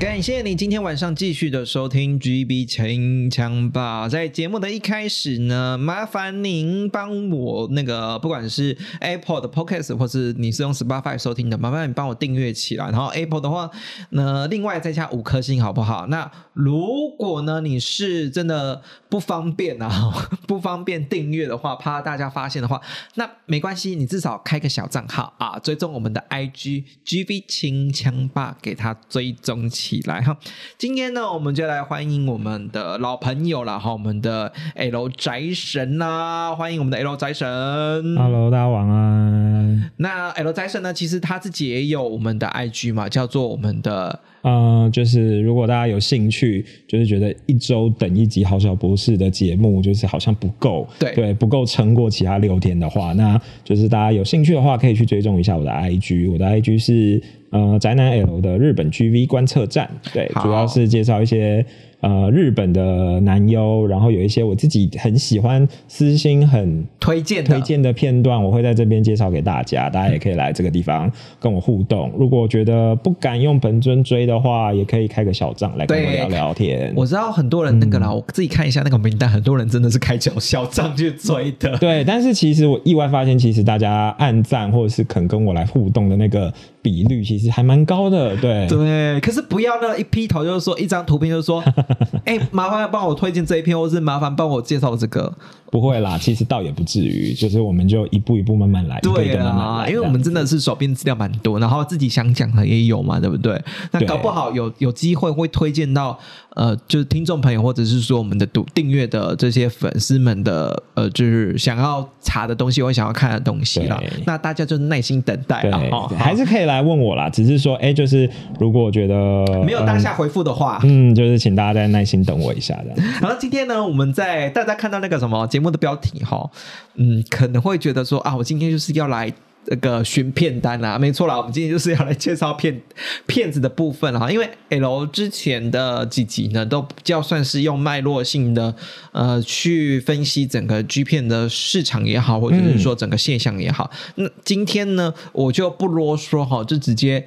感谢你今天晚上继续的收听 GB 清枪吧。在节目的一开始呢，麻烦您帮我那个，不管是 Apple 的 Podcast 或是你是用 Spotify 收听的，麻烦你帮我订阅起来。然后 Apple 的话，那另外再加五颗星好不好？那如果呢你是真的不方便啊， 不方便订阅的话，怕大家发现的话，那没关系，你至少开个小账号啊，追踪我们的 IG GB 清枪吧，给它追踪起来哈。今天呢，我们就来欢迎我们的老朋友啦，哈，我们的 L 宅神啦，欢迎我们的 L 宅神。嗯 Hello，大家晚安。那 L 宅神呢，其实他自己也有我们的 IG 嘛，叫做我们的嗯，就是如果大家有兴趣，就是觉得一周等一集郝小博士的节目，就是好像不够，对不够撑过其他六天的话，那就是大家有兴趣的话，可以去追踪一下我的 IG，我的 IG 是呃宅男 L 的日本 GV 观测站，对，好主要是介绍一些。呃，日本的男优，然后有一些我自己很喜欢、私心很推荐的推荐的片段，我会在这边介绍给大家，大家也可以来这个地方跟我互动。如果觉得不敢用本尊追的话，也可以开个小账来跟我对聊聊天。我知道很多人那个啦，我自己看一下那个名单，很多人真的是开小小账去追的。对，但是其实我意外发现，其实大家按赞或者是肯跟我来互动的那个比率，其实还蛮高的。对，对，可是不要那一劈头就是说一张图片就是 说，哎、麻烦帮我推荐这一篇，或是麻烦帮我介绍这个。不会啦，其实倒也不至于，就是我们就一步一步慢慢来，一个一对个慢慢啦，来因为我们真的是手边资料蛮多，然后自己想讲的也有嘛，对不对？那对搞不好有有机会会推荐到呃，就是听众朋友或者是说我们的读订阅的这些粉丝们的呃，就是想要查的东西或想要看的东西啦对。那大家就耐心等待对啦。哦，还是是可以来问我啦，只是说，哎、就是如果觉得没有当下回复的话，嗯，嗯，就是请大家再耐心等我一下，这样。然后今天呢，我们在大家看到那个什么节目的标题哈，嗯，可能会觉得说啊，我今天就是要来那个寻片单啦，没错啦，我们今天就是要来介绍片片子的部分啦，因为 L 之前的几集呢，都比较算是用脉络性的呃去分析整个 G 片的市场也好，或者是说整个现象也好。那今天呢，我就不啰嗦哈，就直接。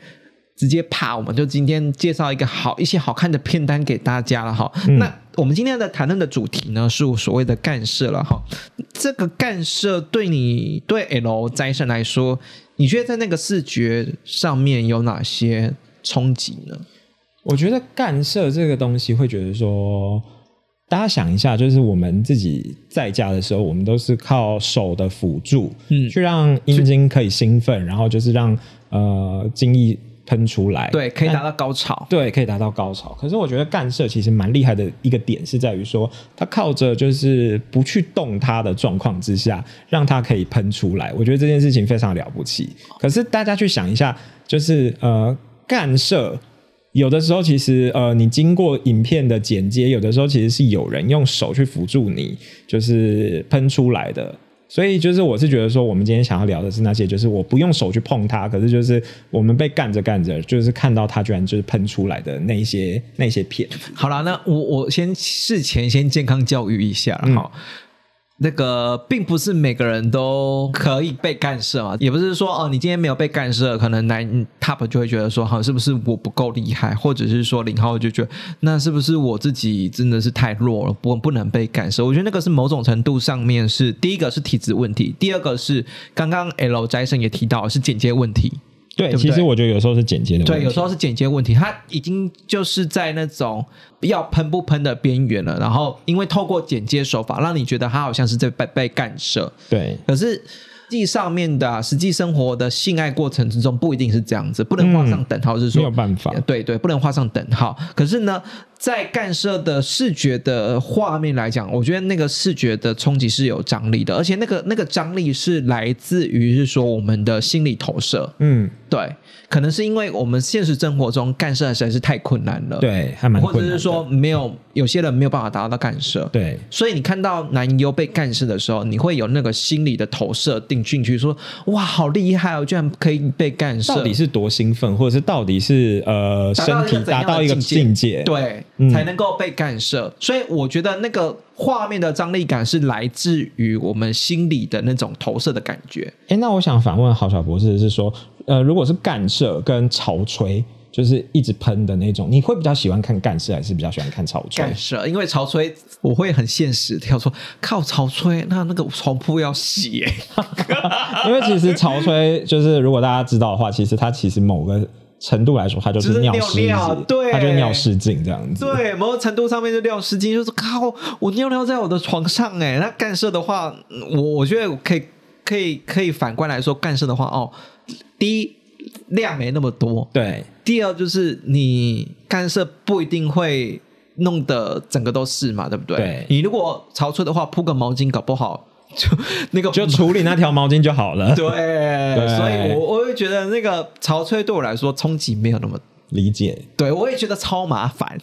直接怕，我们就今天介绍一个好一些好看的片单给大家了哈。那我们今天的谈论的主题呢，是所谓的干涉了哈。这个干涉对你对 L 斋神来说，你觉得在那个视觉上面有哪些冲击呢？我觉得干涉这个东西，会觉得说，大家想一下，就是我们自己在家的时候，我们都是靠手的辅助，嗯去让阴茎可以兴奋，然后就是让呃精液喷出来，对，可以但达到高潮。对，可以达到高潮。可是我觉得干涉其实蛮厉害的一个点是在于说，它靠着就是不去动它的状况之下，让它可以喷出来。我觉得这件事情非常了不起。可是大家去想一下，就是呃，干涉。有的时候，其实呃，你经过影片的剪接，有的时候其实是有人用手去辅助你，就是喷出来的。所以就是我是觉得说，我们今天想要聊的是那些，就是我不用手去碰它，可是就是我们被干着干着，就是看到它居然就是喷出来的那 一些那一些片子。好啦，那我我先事前先健康教育一下啦哈。那个并不是每个人都可以被干涉嘛，也不是说哦，你今天没有被干涉，可能男 top 就会觉得说，好，是不是我不够厉害，或者是说零号就觉得那是不是我自己真的是太弱了，不不能被干涉？我觉得那个是某种程度上面是第一个是体质问题，第二个是刚刚 L 斋生也提到是剪接问题，对，对不对其实我觉得有时候是剪接的问对，题。有时候是剪接问题，它已经就是在那种要喷不喷的边缘了。然后，因为透过剪接手法，让你觉得它好像是在被被干涉，对可是实际上面的啊、实际生活的性爱过程之中，不一定是这样子，不能画上等号，是说没有办法对对，不能画上等号。可是呢，在干涉的视觉的画面来讲，我觉得那个视觉的冲击是有张力的，而且那个那个张力是来自于是说我们的心理投射，嗯，对，可能是因为我们现实生活中干涉实在是太困难了，，对，还蛮呃或困者难的是说没有有些人没有办法达到干涉，对，所以你看到男优被干涉的时候，你会有那个心理的投射定进去，说哇，好厉害哦，居然可以被干涉，到底是多兴奋，或者是到底是呃达到身一个体怎样的达到一个境界境界，对，嗯才能够被干涉。所以我觉得那个画面的张力感是来自于我们心里的那种投射的感觉。哎，那我想反问郝小博士是说，呃，如果是干涉跟潮吹，就是一直喷的那种，你会比较喜欢看干涉，还是比较喜欢看潮吹干？涉，因为潮吹，我会很现实的要说，靠潮吹，那那个床铺要洗耶、因为其实潮吹就是如果大家知道的话，其实它其实某个程度来说，它就就是是尿尿失禁尿，对它就是尿失禁这样子。对，某种程度上面就尿失禁，就是靠我尿尿在我的床上哎、那干涉的话，嗯我我觉得可以可以可以反观来说，干涉的话哦，第一量没那么多，对第二就是你干涉不一定会弄得整个都是嘛，对不对？对你如果潮吹的话，铺个毛巾搞不好就那个就处理那条毛巾就好了。对，对所以我我会觉得那个潮吹对我来说冲击没有那么，理解对我也觉得超麻烦，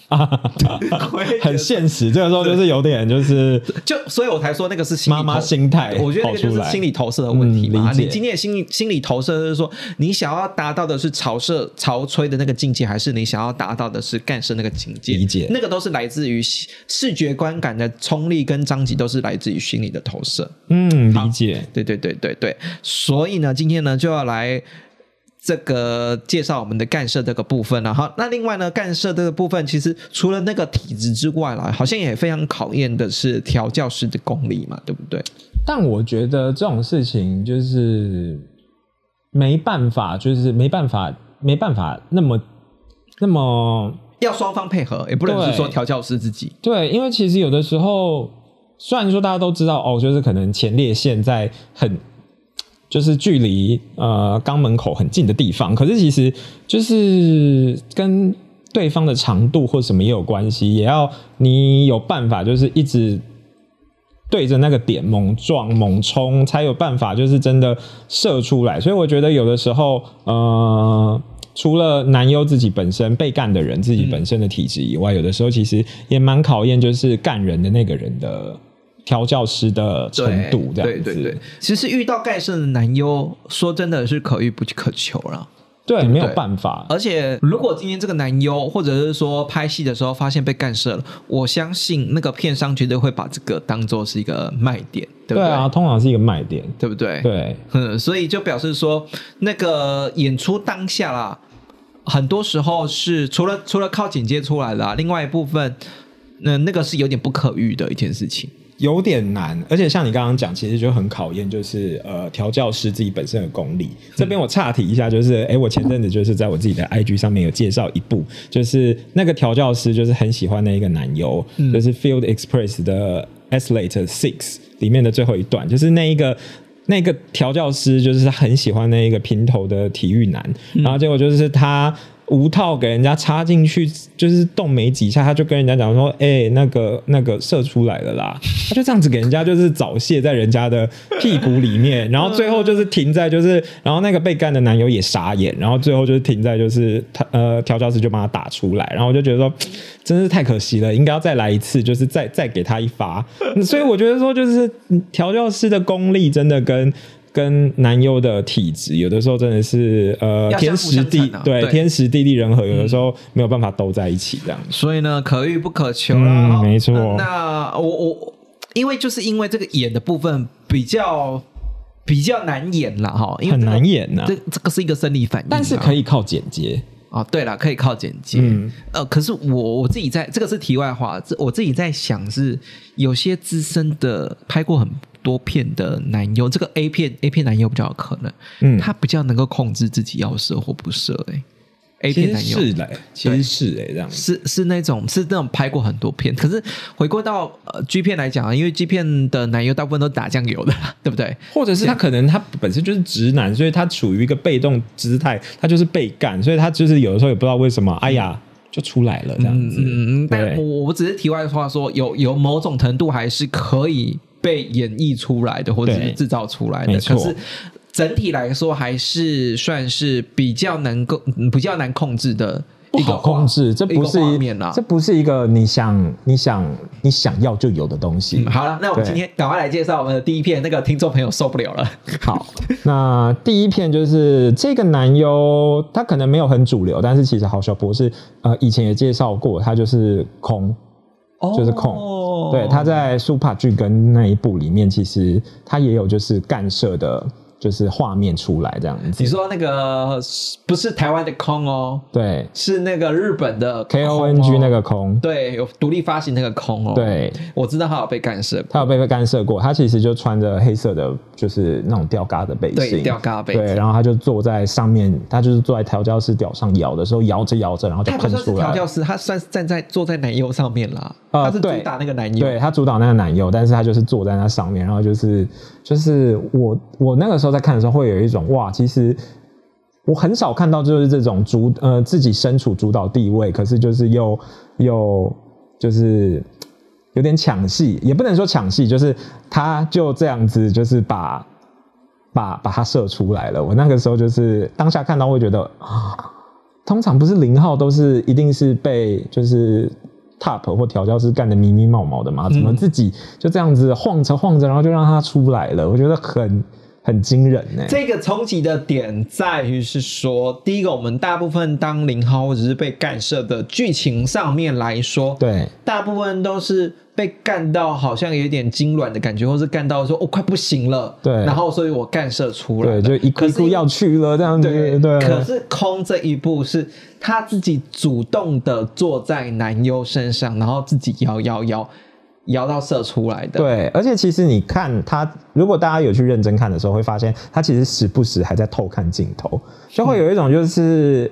我也觉得很现实，这个时候就是有点就是就所以我才说那个是心理妈妈投心态跑出来，我觉得那个就是心理投射的问题嘛。嗯理解你今天的心理心理投射就是说，你想要达到的是潮射潮吹的那个境界，还是你想要达到的是干涉那个境界？理解那个都是来自于视视觉观感的冲力跟张极，都是来自于心理的投射。嗯理解。对对对对对，所以呢，今天呢就要来。这个介绍我们的干涉这个部分了、哈，那另外呢，干涉这个部分其实除了那个体质之外啦，好像也非常考验的是调教师的功力嘛，对不对？但我觉得这种事情就是没办法，就是没办法，没办法那么那么要双方配合，也不能是对说调教师自己。对，因为其实有的时候，虽然说大家都知道哦，就是可能前列腺在很就是距离呃肛门口很近的地方，可是其实就是跟对方的长度或什么也有关系，也要你有办法，就是一直。对着那个点猛撞猛冲，才有办法就是真的射出来。所以我觉得有的时候，呃，除了男优自己本身被干的人自己本身的体质以外，有的时候其实也蛮考验就是干人的那个人的调教师的程对度，这样对子。对对，其实遇到盖胜的男优，说真的是可遇不可求啦。对，不没有对办法。而且，如果今天这个男优，或者是说拍戏的时候发现被干涉了，我相信那个片商绝对会把这个当做是一个卖点，对不对？啊，通常是一个卖点。对不对？对，嗯，所以就表示说，那个演出当下啦，很多时候是除了除了靠剪接出来的、啊，另外一部分，那、那个是有点不可遇的一件事情。有点难，而且像你刚刚讲，其实就很考验，就是呃调教师自己本身的功力。这边我岔题一下，嗯就是哎、诶我前阵子就是在我自己的 IG 上面有介绍一部，就是那个调教师就是很喜欢的一个男优，嗯就是 Field Express 的 S Late Six 里面的最后一段，就是那一个。那个调教师就是他很喜欢那一个平头的体育男，然后结果就是他无套给人家插进去，就是动没几下，他就跟人家讲说：“哎、那个那个射出来了啦。”他就这样子给人家就是早泄在人家的 屁股里面，然后最后就是停在就是，然后那个被干的男友也傻眼，然后最后就是停在就是他呃调教师就帮他打出来，然后我就觉得说真是太可惜了，应该要再来一次，就是再再给他一发。所以我觉得说就是嗯调教师的功力真的跟。跟男优的体质，有的时候真的是要呃相天辅时相地成啊对对天时地利人和，有的时候没有办法都在一起这样。所以呢，可遇不可求啦。嗯哦没错那呃我我因为就是因为这个演的部分比较比较难演啦，哈，因为、很这个难、演呐、这这个是一个生理反应啊，但是可以靠剪接。哦，对了，可以靠剪接。嗯呃，可是我我自己在这个是题外话，这我自己在想是有些资深的拍过很多片的男优，这个 A 片 A 片男优比较有可能，嗯他比较能够控制自己要射或不射、欸，A 其片实男优是嘞，其实是嘞，这样子。是是那种是那种拍过很多片，可是回归到呃 G 片来讲啊，因为 G 片的男优大部分都打酱油的， 对不对？或者是他可能他本身就是直男，所以他处于一个被动姿态，他就是被干，所以他就是有的时候也不知道为什么，哎呀，就出来了这样子。嗯嗯嗯嗯，但对我我只是题外话说，有有某种程度还是可以被演绎出来的，或者是对制造出来的。没错可是整体来说，还是算是比较能够、嗯比较难控制的不一个好控制，这不嗯是一个一画面啦啊这。不是一个你想你想你想要就有的东西。嗯好了，那我们对今天赶快来介绍我们的第一片，那个听众朋友受不了了。好，那第一片就是这个男优，他可能没有很主流，但是其实郝小博士呃以前也介绍过，他就是空，就是控哦对，他在《Super 剧跟》那一部里面，其实他也有就是干涉的，就是画面出来这样子你。说那个呃不是台湾的空哦，对是那个日本的，K O 空 N 哦 G 那个空，对，有独立发行那个空哦。，对，我知道他有被干涉过。他有被干涉过，他其实就穿着黑色的，就是那种吊嘎的背对心，吊嘎背对，然后他就坐在上面，他就是坐在调教师屌上摇的时候，摇着摇着，然后就他不喷算是出来调了。教师，他算是站在坐在男优上面啦，呃他是主对打那个男优。对他主导那个男优，但是他就是坐在那上面，然后就是就是我我那个时候在看的时候，会有一种哇，其实我很少看到就是这种主呃自己身处主导地位，可是就是又又就是有点抢戏，也不能说抢戏，就是他就这样子就是把把把它射出来了。我那个时候就是当下看到会觉得啊，通常不是零号都是一定是被就是 top 或调教师干的迷迷毛毛的嗯嘛，怎么自己就这样子晃着晃着，然后就让它出来了？我觉得很很惊人欸呢、这个冲击的点在于是说，第一个，我们大部分当零号或者是被干涉的剧情上面来说，对大部分都是被干到好像有点痉挛的感觉，或是干到说我、哦、快不行了，对然后所以我干涉出来对，了，就一哭可一是因哭为要去了这样子，嗯对对。啊可是空这一步是他自己主动的坐在男优身上，然后自己摇摇摇摇到射出来的。对，而且其实你看他，如果大家有去认真看的时候，会发现他其实时不时还在偷看镜头，就会有一种就是，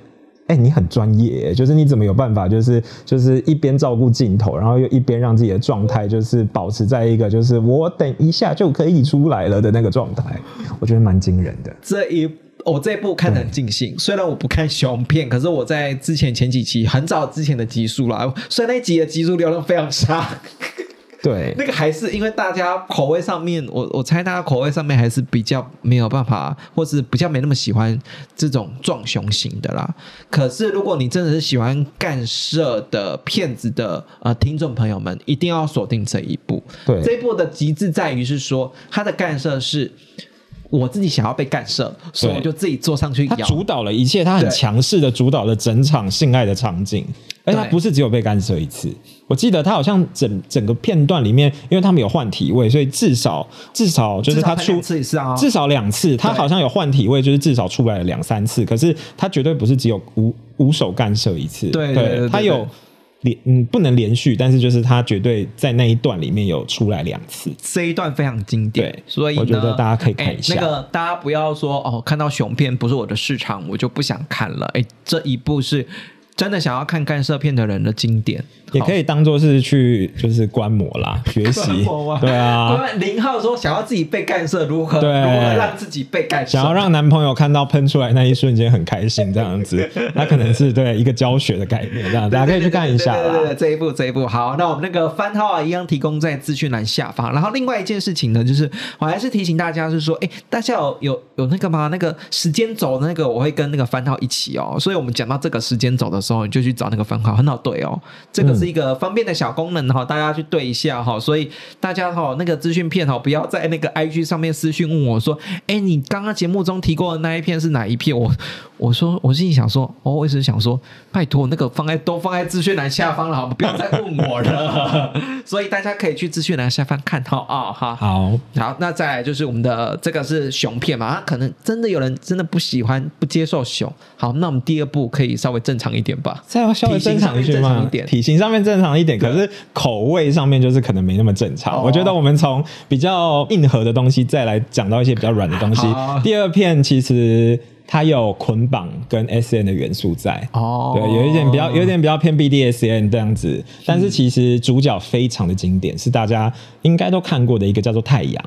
哎、你很专业耶，就是你怎么有办法，就是就是一边照顾镜头，然后又一边让自己的状态就是保持在一个就是我等一下就可以出来了的那个状态，我觉得蛮惊人的。这一我这一部看得很尽嗯兴，虽然我不看熊片，可是我在之前前几期很早之前的集数啦，虽然那一集的集数流量非常差，对那个还是因为大家口味上面，我我猜大家口味上面还是比较没有办法，或是比较没那么喜欢这种撞熊型的啦。可是如果你真的是喜欢干涉的骗子的呃听众朋友们，一定要锁定这一部。对这一部的极致在于是说，它的干涉是我自己想要被干涉，所以我就自己坐上去他摇。主导了一切，他很对强势的主导了整场性爱的场景，而且他对不是只有被干涉一次。我记得他好像整整个片段里面，因为他们有换体位，所以至少至少就是他出自己是啊，至少两次，他好像有换体位，就是至少出来了两三次。可是他绝对不是只有无无手干涉一次，对对对对他有连嗯不能连续，但是就是他绝对在那一段里面有出来两次。这一段非常经典，对所以呢我觉得大家可以看一下哎那个大家不要说哦，看到熊片不是我的市场，我就不想看了。哎，这一部是真的想要看干涉片的人的经典，也可以当做是去就是观摩啦，学习观摩啊，对好。啊，关于零号说想要自己被干涉，如何如对何让自己被干涉？想要让男朋友看到喷出来那一瞬间很开心，这样子，那可能是对一个教学的概念，这样对大家可以去看一下对对对对对啦。这一部这一部好，那我们那个番号啊，一样提供在资讯栏下方。然后另外一件事情呢，就是我还是提醒大家，是说，哎，大家有有有那个吗？那个时间轴那个，我会跟那个番号一起哦。所以我们讲到这个时间轴的时候，你就去找那个番号，很好对哦。这个是一个方便的小功能哈、大家去对一下哈、所以大家哈、那个资讯片哈、不要在那个 IG 上面私讯问我说，哎，你刚刚节目中提过的那一片是哪一片？我我说，我心里想说，哦，我一直想说，拜托，那个放在都放在资讯栏下方了，好，不要再问我了。 所以大家可以去资讯栏下方看哈啊、哈。好，好，那再来就是我们的这个是熊片嘛，啊可能真的有人真的不喜欢不接受熊。好，那我们第二步可以稍微正常一点吧。再稍微正常一体些型上面正常嘛一，点体型上面正常一点，可是口味上面就是可能没那么正常。哦我觉得我们从比较硬核的东西再来讲到一些比较软的东西好。第二片其实它有捆绑跟 S N 的元素在，哦对，有一点比较，有一点比较偏 BDSN 这样子，但嗯是其实主角非常的经典，是大家应该都看过的一个叫做太阳，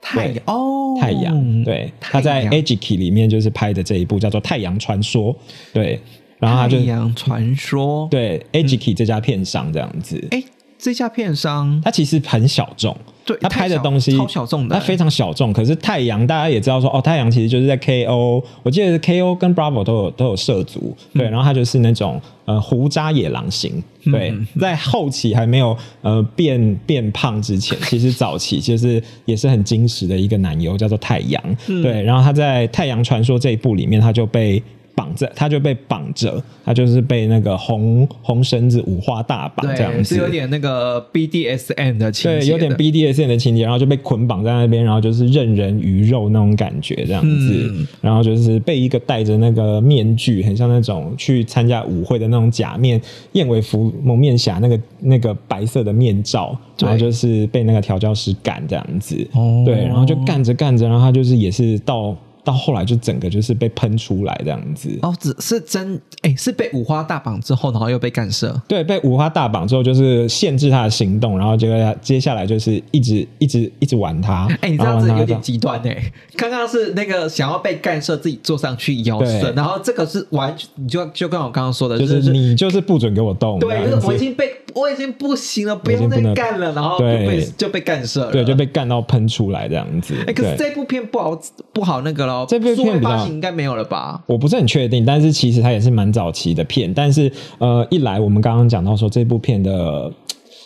太阳哦，太阳，对，他太在阳 a g i k i 里面就是拍的这一部叫做《太阳传说》，对。然后他就太阳传说，，对 a g i k i 这家片商这样子，哎，这家片商他其实很小众，对他拍的太小东西超小众的他非常小众。可是太阳大家也知道说，哦，太阳其实就是在 KO，我记得是 KO 跟 Bravo 都有都有涉足，嗯对，然后他就是那种呃胡渣野狼型，对，嗯在后期还没有呃变变胖之前，其实早期就是也是很矜持的一个男优，叫做太阳，嗯对，然后他在《太阳传说》这一部里面，他就被。绑着，他就被绑着，他就是被那个红红绳子五花大绑这样对，子，是有点那个 BDSM 的情节的，对，有点 BDSM 的情节，然后就被捆绑在那边，然后就是任人鱼肉那种感觉，这样子，嗯然后就是被一个戴着那个面具，很像那种去参加舞会的那种假面燕尾服蒙面侠那个那个白色的面罩，对然后就是被那个调教师赶这样子，哦对，然后就干着干着，然后他就是也是到到后来就整个就是被喷出来这样子，哦，只是真哎，是被五花大绑之后，然后又被干涉，对，被五花大绑之后，就是限制他的行动，然后结果他接下来就是一直一直一直玩他。哎，你这然后样子玩他有点到极端哎、刚刚是那个想要被干涉，自己坐上去摇对身，然后这个是完全，你就就跟我刚刚说的，就是是你就是不准给我动，对，这就样是我已子经被我已经不行了，不已经要不再能干了，然后就对被就被干涉了，对，就被干到喷出来这样子。哎、可是对这部片不好不好那个咯，这部片数位比发较行应该没有了吧？我不是很确定，但是其实它也是蛮早期的片。但是呃，一来我们刚刚讲到说这部片的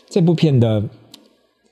这部片的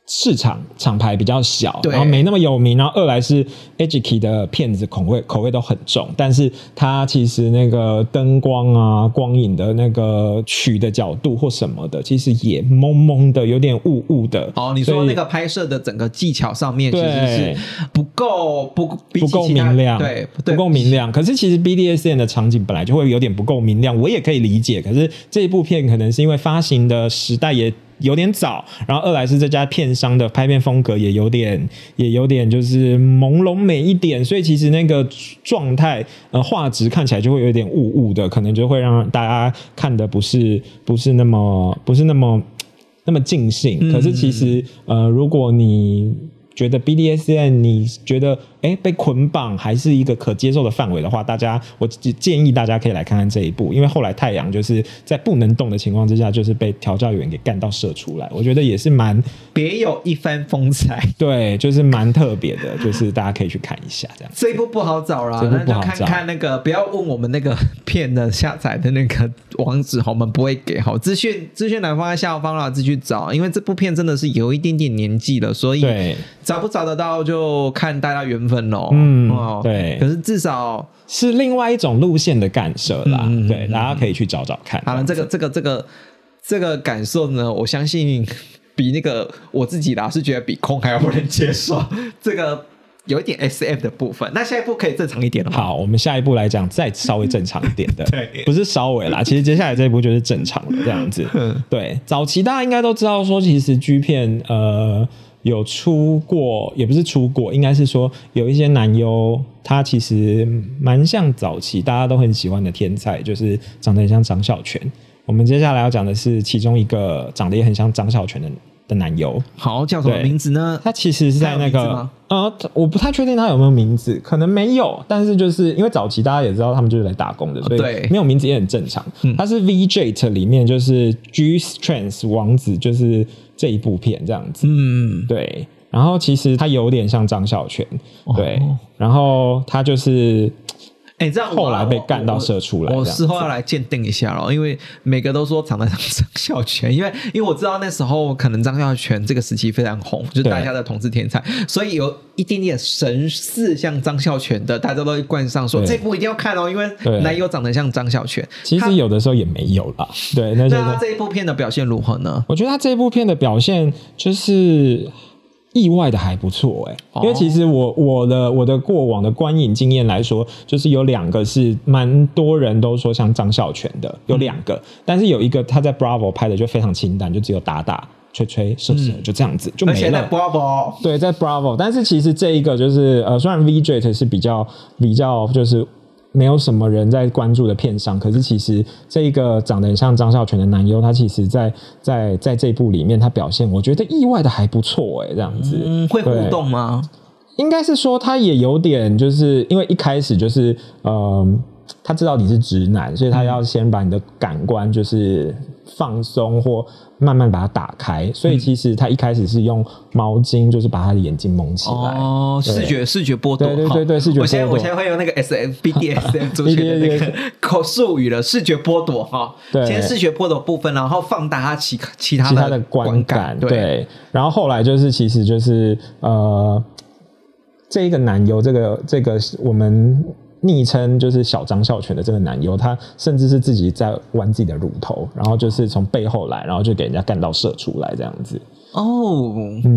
市场厂牌比较小，对然后没那么有名。然后二来是 a g i k i 的片子口味口味都很重，但是它其实那个灯光啊、光影的那个取的角度或什么的，其实也蒙蒙的，有点雾雾的。哦，你说所以那个拍摄的整个技巧上面其对实是不够不比不起够其他明亮，对不对够明亮。可是其实 BDSM 的场景本来就会有点不够明亮，我也可以理解。可是这一部片可能是因为发行的时代也有点早，然后二来是这家片商的拍片风格也有点也有点就是朦胧美一点，所以其实那个状态呃画质看起来就会有点雾雾的，可能就会让大家看的不是不是那么不是那么。那么尽兴。嗯可是其实，呃，如果你觉得 BDSN 你觉得哎、诶被捆绑还是一个可接受的范围的话，大家我建建议大家可以来看看这一部，因为后来太阳就是在不能动的情况之下，就是被调教员给干到射出来，我觉得也是蛮 别有一番风采。 对，就是蛮特别的，就是大家可以去看一下这样。这一部不好找啦这，一部那不就好找看看那个，不要问我们那个片的下载的那个网址，我们不会给好资讯资讯栏放在下方啦，自己去找。因为这部片真的是有一点点年纪了，所以对，找不找得到就看大家缘分喽。嗯对可是至少是另外一种路线的干涉啦，嗯嗯嗯对，大家可以去找找看。好了，这个这个这个这个感受呢，我相信比那个我自己啦是觉得比空还要不能接受。 这个有一点 S M 的部分，那下一步可以正常一点了吗。好，我们下一步来讲再稍微正常一 点的，对不是稍微啦，其实接下来这一步就是正常的这样子。对，早期大家应该都知道说，其实 G 片呃有出过，也不是出过，应该是说有一些男优，他其实蛮像早期大家都很喜欢的天才，就是长得很像张孝全。我们接下来要讲的是其中一个长得也很像张孝全的的男优，好，叫什么对名字呢？他其实是在他那有名字个吗呃，他我不太确定他有没有名字，可能没有，但是就是因为早期大家也知道他们就是来打工的，所以哦对嗯没有名字也很正常。他是 V Jet 里面就是 G Trans 王子，就是这一部片这样子，嗯，对。然后其实他有点像张孝全，哦对。然后他就是哎、这样我后来被干到射出来我我这样子事后要来鉴定一下咯，因为每个都说长得像 张孝全，因为因为我知道那时候可能张孝全这个时期非常红，就是对大家的同志天才，所以有一点点神似像张孝全的，大家都会冠上说这对部一定要看哦，因为对男友长得像张孝全。其他实有的时候也没有啦，对，那些那他这一部片的表现如何呢？我觉得他这部片的表现就是意外的还不错哎、哦因为其实我我的我的过往的观影经验来说，就是有两个是蛮多人都说像张孝全的，有两嗯个，但是有一个他在 Bravo 拍的就非常清淡，就只有打打吹吹射射、就这样子就嗯而没且在了。 Bravo 对，在 Bravo，但是其实这一个就是呃，虽然 VJet 是比较比较就是没有什么人在关注的片商，可是其实这一个长得很像张孝全的男优，他其实在在在这部里面他表现，我觉得意外的还不错哎、这样子。嗯会互对动吗？应该是说他也有点，就是因为一开始就是嗯、他知道你是直男，所以他嗯要先把你的感官就是放松或慢慢把它打开。所嗯以其实他一开始是用毛巾，就是把他的眼睛蒙起来。哦，对视觉视觉剥夺，对对哈对对视觉我现在剥夺我现在会用那个 S F B D S M 族群的那 BDSM 个口术语了，视觉剥夺哈。对先视觉剥夺部分，然后放大它其其他其他的的观感，对。然后后来就是，其实就是呃，这一个男优，这个这个我们昵称就是小张孝全的这个男优，他甚至是自己在玩自己的乳头，然后就是从背后来，然后就给人家干到射出来这样子。哦，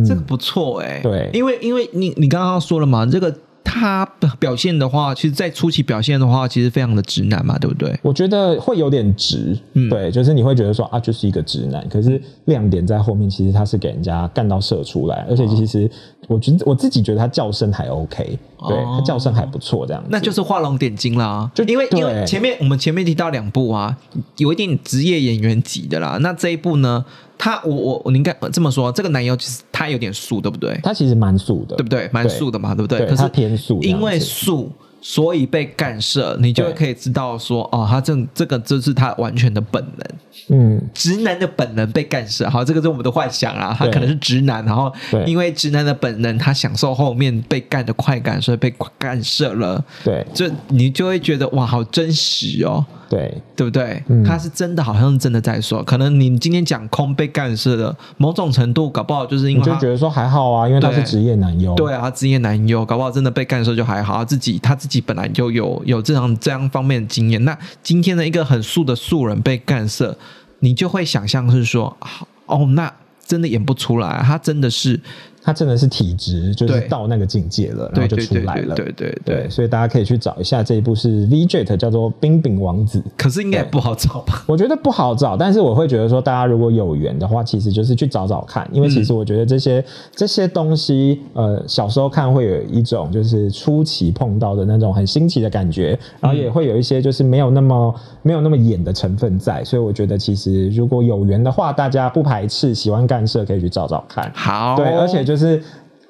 这个不错哎、嗯对因为因为你你刚刚说了嘛，这个他表现的话，其实，在初期表现的话，其实非常的直男嘛，对不对？我觉得会有点直，嗯对，就是你会觉得说啊，就是一个直男，可是亮点在后面，其实他是给人家干到射出来，而且其实我觉得我自己觉得他叫声还 OK，对哦他叫声还不错这样子，那就是画龙点睛啦，就因为对因为前面我们前面提到两部啊，有一点职业演员级的啦。那这一部呢，他我我我应该这么说，这个男优其实他有点素，对不对？他其实蛮素的，对不对？蛮素的嘛，对不对？对可他是偏素这因样子为素，所以被干涉，你就对可以知道说，哦，他这这个就是他完全的本能。嗯，直男的本能被干涉，好，这个是我们的幻想啊。他对可能是直男，然后对因为直男的本能，他享受后面被干的快感，所以被干涉了。对就你就会觉得哇，好真实哦，对对不对？嗯他是真的，好像真的在说。可能你今天讲空被干涉了，某种程度搞不嗯好就是因你为就他觉得说还好啊，因为他是对职业男优，对啊，他职业男优，搞不好真的被干涉就还好，他自己他自己本来就有有这样这样方面的经验。那今天的一个很素的素人被干涉，你就会想象是说，啊哦，那真的演不出来，他真的是他真的是体质就是对到那个境界了，然对后就对出对来对了，对对对。对，所以大家可以去找一下这一部是 VJet 叫做《冰饼王子》。可是应该也不好找吧？ 我觉得不好找，但是我会觉得说，大家如果有缘的话，其实就是去找找看，因为其实我觉得这些、这些东西，呃，小时候看会有一种就是初期碰到的那种很新奇的感觉，然后也会有一些就是没有那么没有那么演的成分在，所以我觉得其实如果有缘的话，大家不排斥，喜欢干涉可以去找找看。好，对，而且就是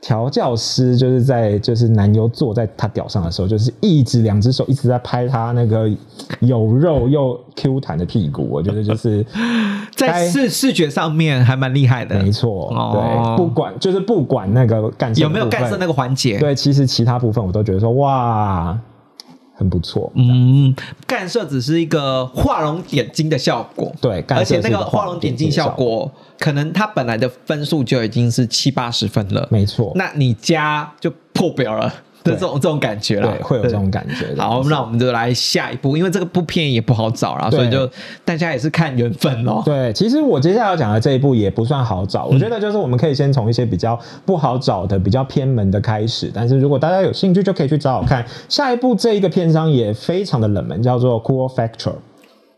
调教师就是在就是男优坐在他屌上的时候，就是一直两只手一直在拍他那个有肉又 Q 弹的屁股，我觉得就是在该视视觉上面还蛮厉害的没，错，哦对，不管就是不管那个干涉有没有干涉那个，个环节？对，其实其他部分我都觉得说哇，很不错，嗯，干涉只是一个画龙点睛的效果，对，干而涉且那是一个画龙点睛效，果，可能他本来的分数就已经是七八十分了，没错，那你加就破表了的对这种这种感觉啦，对，会有这种感觉对。的。好，那我们就来下一步，因为这个部片也不好找啦，对所以就大家也是看缘分咯。对，其实我接下来要讲的这一部也不算好找，我觉得就是我们可以先从一些比较不好找的、比较偏门的开始。但是如果大家有兴趣，就可以去找找看。下一部这一个片商也非常的冷门，叫做 Cool Factor，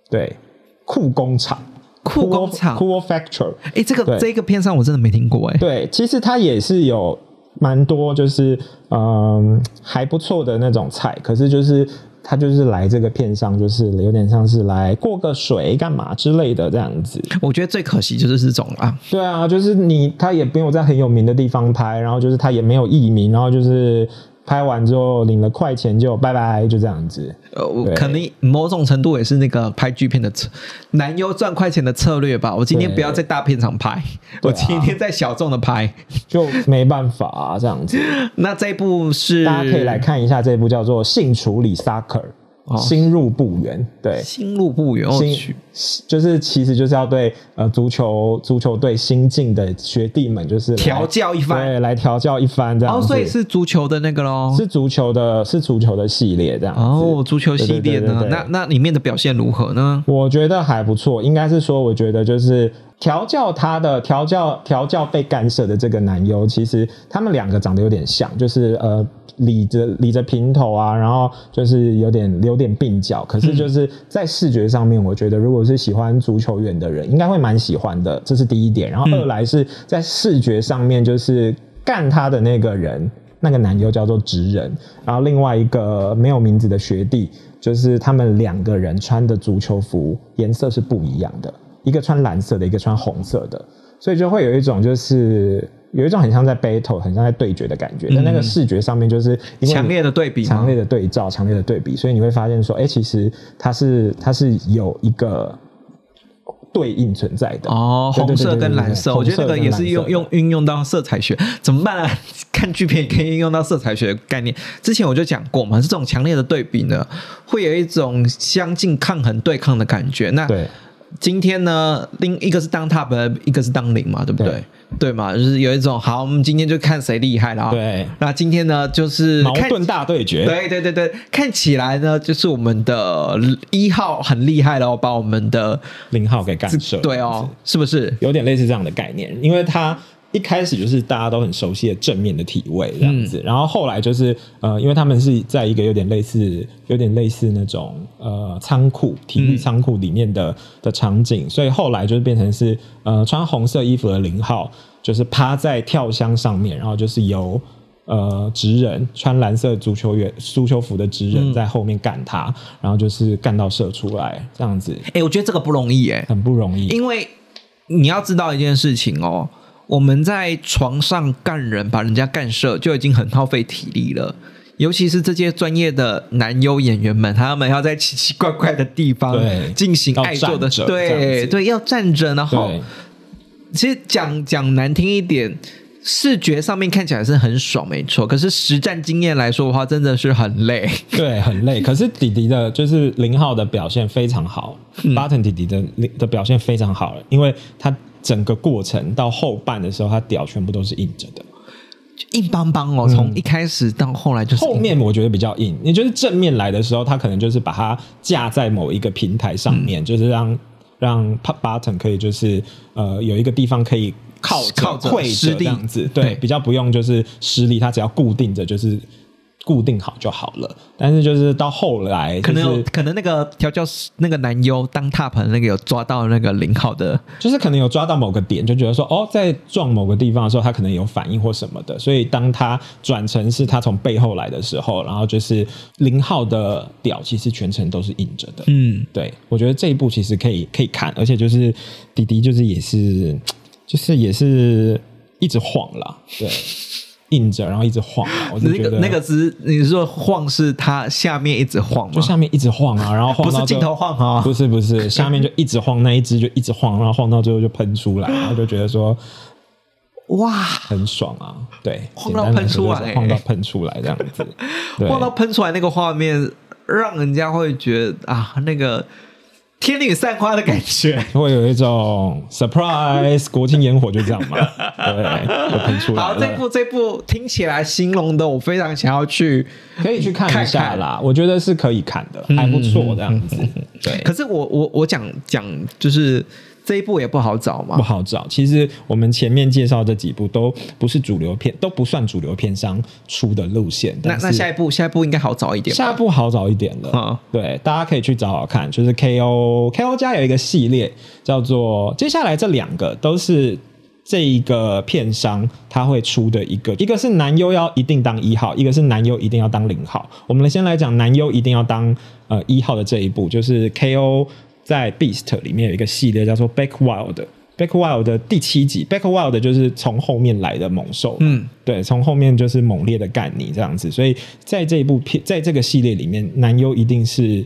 对，酷工厂，酷工厂， Cool Factor，哎，这对个这个片上我真的没听过哎，对，其实它也是有蛮多，就是嗯还不错的那种菜，可是就是它就是来这个片商，就是有点像是来过个水干嘛之类的这样子。我觉得最可惜就是这种啊，对啊，就是你他也没有在很有名的地方拍，然后就是他也没有艺名，然后就是拍完之后领了快钱就拜拜，就这样子。呃，我对可能某种程度也是那个拍剧片的策男优赚快钱的策略吧。我今天对不要在大片场拍， 啊我今天在小众的拍。就没办法、啊、这样子，那这一部是大家可以来看一下这部叫做《性处理 Sucker》，哦新入部员，对，新路不远，我去新就是其实就是要对呃足球足球队新进的学弟们就是来调教一番。对，来调教一番这样哦，子。所以是足球的那个喽。是足球的，是足球的系列这样子。哦，足球系列对对对呢对对？那那里面的表现如何呢？我觉得还不错，应该是说，我觉得就是调教他的调教调教被干涉的这个男优，其实他们两个长得有点像，就是呃理着理着平头啊，然后就是有点有点鬓角，可是就是在视觉上面，我觉得如果是喜欢足球员的人，应该会蛮喜欢的，这是第一点。然后二来是在视觉上面，就是干他的那个人。那个男优叫做直人，然后另外一个没有名字的学弟，就是他们两个人穿的足球服颜色是不一样的，一个穿蓝色的，一个穿红色的，所以就会有一种就是有一种很像在 battle，很像在对决的感觉，但那个视觉上面就是因为你嗯强烈的对比吗强烈的对照、强烈的对比，所以你会发现说，哎、其实它是它是有一个对应存在的哦，对对红对色对对跟对蓝色，我红觉得那个跟也蓝是色用的用运用到色彩学，怎么办啊？ 看剧片也可以运用到色彩学的概念。之前我就讲过嘛，这种强烈的对比呢，会有一种相近抗衡对抗的感觉。那对今天呢，另一个是当 top，的一个是当零嘛，对不对？对对嘛，就是有一种好，我们今天就看谁厉害了啊。对那今天呢，就是矛看盾大对决，对对对对，看起来呢，就是我们的一号很厉害了，哦把我们的零号给干涉，对哦，是不是？有点类似这样的概念，因为它一开始就是大家都很熟悉的正面的体位这样子，嗯然后后来就是呃，因为他们是在一个有点类似、有点类似那种呃仓库、体育仓库里面的、的场景，所以后来就是变成是呃穿红色衣服的零号，就是趴在跳箱上面，然后就是由。呃，职人穿蓝色足球员足球服的职嗯人在后面干他，然后就是干到射出来，这样子哎、我觉得这个不容易哎、很不容易。因为你要知道一件事情哦，我们在床上干人，把人家干射就已经很耗费体力了。尤其是这些专业的男优演员们，他们要在奇奇怪怪的地方对进行爱做的要站着这样对子对，要站着，然后对，其实讲讲难听一点，视觉上面看起来是很爽，没错。可是实战经验来说的话，真的是很累。对，很累。可是弟弟的，就是零号的表现非常好、嗯巴 b u t t o n 弟弟的的表现非常好，因为他整个过程到后半的时候，他屌全部都是硬着的。硬邦邦哦，从一开始到后来就是嗯后面我觉得比较硬，也就是正面来的时候，他可能就是把它架在某一个平台上嗯面，就是让让 p button 可以就是呃有一个地方可以靠靠着跪施着力这样子，对对，比较不用就是施力，它只要固定着就是。固定好就好了，但是就是到后来、就可是，能有可能那个调教师那个男优当踏盘那个有抓到那个零号的，就是可能有抓到某个点，就觉得说哦，在撞某个地方的时候，他可能有反应或什么的，所以当他转成是他从背后来的时候，然后就是零号的屌其实全程都是硬着的。嗯，对，我觉得这一部其实可以可以看，而且就是迪迪就是也是就是也是一直晃啦， 对，硬着然后一直晃啦，我就那觉个得那个只你是说晃是他下面一直晃就吗？下面一直晃啊，然后晃不到是最镜头晃啊、不是不是，下面就一直晃，那一只就一直晃，然后晃到最后就喷出来，然后就觉得说。哇，很爽啊，对，晃到简单来喷出说来就是晃到喷出来这样 子，对，晃到喷出来那个画面，让人家会觉得啊，那个天女散花的感觉。会有一种 surprise 国庆烟火就这样 嘛， 对，就喷出来好，这了，部这部听起来形容的我非常想要去，可以去看一下啦，我觉得是可以看的，还不错这样子，嗯对。可是我我我讲讲就是这一部也不好找嘛不，好找。其实我们前面介绍这几部都不是主流片，都不算主流片商出的路线。那但是那下一步下一步应该好找一点吧，下部好找一点了，嗯对，大家可以去找找看。就是 KO KO 家有一个系列叫做，接下来这两个都是这一个片商他会出的一个，一个是男优要一定当一号，一个是男优一定要当零号。我们先来讲男优一定要当呃一号的这一步，就是 KO 在 Beast 里面有一个系列叫做 Back Wild。Back Wild 的第七集，Back Wild 就是从后面来的猛兽，嗯，对，从后面就是猛烈的干你这样子，所以在这一部片，在这个系列里面，男优一定是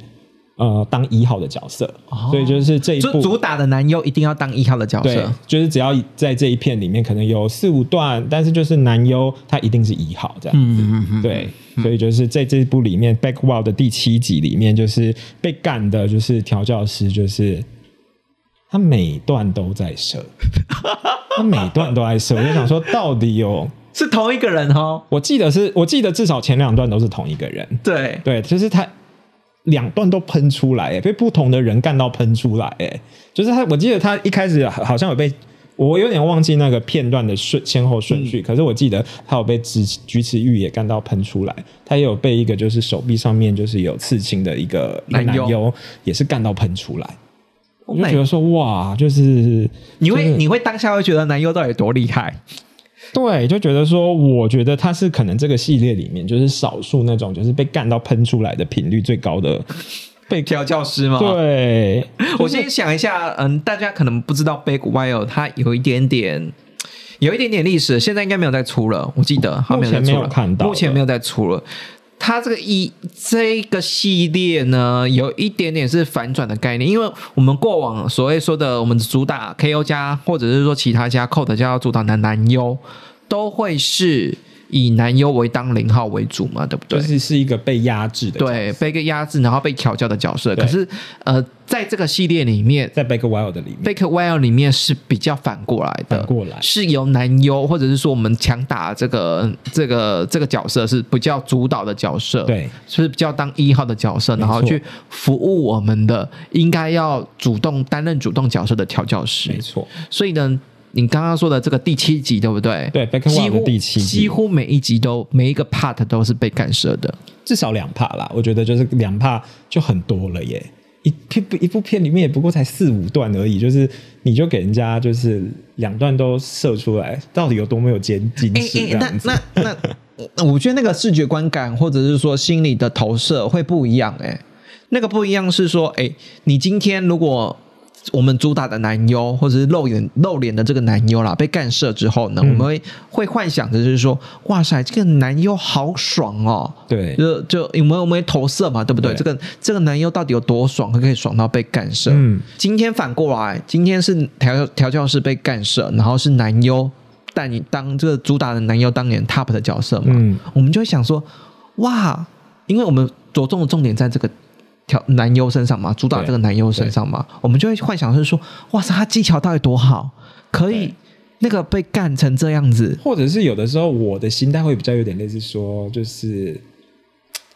呃当一号的角色，哦所以就是这一就部主打的男优一定要当一号的角对色，，就是只要在这一片里面可能有四五段，但是就是男优他一定是一号嗯这样子，对，所以就是在这一部里面，《Back Wall》的第七集里面，就是被干的就是调教师，就是他每段都在射， 他每段都在射，我就想说到底有。是同一个人哦。我记得是我记得至少前两段都是同一个人，对，对，就是他两段都喷出来，哎，被不同的人干到喷出来，哎，就是他，我记得他一开始好像有被。我有点忘记那个片段的顺先后顺嗯序，可是我记得他有被举举起玉也干到喷出来，他也有被一个就是手臂上面就是有刺青的一个一个男男优优也是干到喷出来，我 Oh 就 my- 觉得说哇，就是你会就是你会当下会觉得男优到底多厉害？对，就觉得说，我觉得他是可能这个系列里面就是少数那种就是被干到喷出来的频率最高的。被调教师吗？，对， 我先想一下，嗯，大家可能不知道 Big Wild 它有一点点。有一点点历史，现在应该没有再出了，我记得好像有再目前出没有了，看到目前没有再出了。它这个一这个系列呢，有一点点是反转的概念，因为我们过往所谓说的，我们主打 KO 加，或者是说其他家 Code 加要主打的男优，都会是以男优为当零号为主嘛，对不对？就是是一个被压制的，，对，被一个压制，然后被调教的角色。对可是，呃，在这个系列里面，在 Back Wild 的里面， Baker Well 里面是比较反过来的，反过来是由男优或者是说我们强打这个这个这个角色是比较主导的角色，，对是比较当一号的角色，没然错后去服务我们的应该要主动担任主动角色的调教没师。错，所以呢，你刚刚说的这个第七集对不对？对 Back 几 Wild 的乎第七集几乎每一集都每一个 part 都是被干涉的。至少两帕啦，我觉得就是两帕就很多了耶。一片一部片里面也不过才四五段而已，就是你就给人家就是两段都射出来，到底有多么有坚矜哎持这哎，样子？那那 那，我觉得那个视觉观感或者是说心理的投射会不一样、哎，那个不一样是说，哎、你今天如果我们主打的男优或者是露脸露脸的这个男优啦，被干涉之后呢，嗯我们会会幻想的就是说，哇塞，这个男优好爽哦。对，就就我们我们会投射嘛，对不对？对这个这个男优到底有多爽，可以爽到被干涉？嗯，今天反过来，今天是调调教师被干涉，然后是男优，但你当这个主打的男优当年 top 的角色嘛，嗯我们就会想说，哇，因为我们着重的重点在这个调男优身上嘛，主打这个男优身上嘛，我们就会幻想是说，哇塞，他技巧到底多好，可以那个被干成这样子，或者是有的时候我的心态会比较有点类似说，就是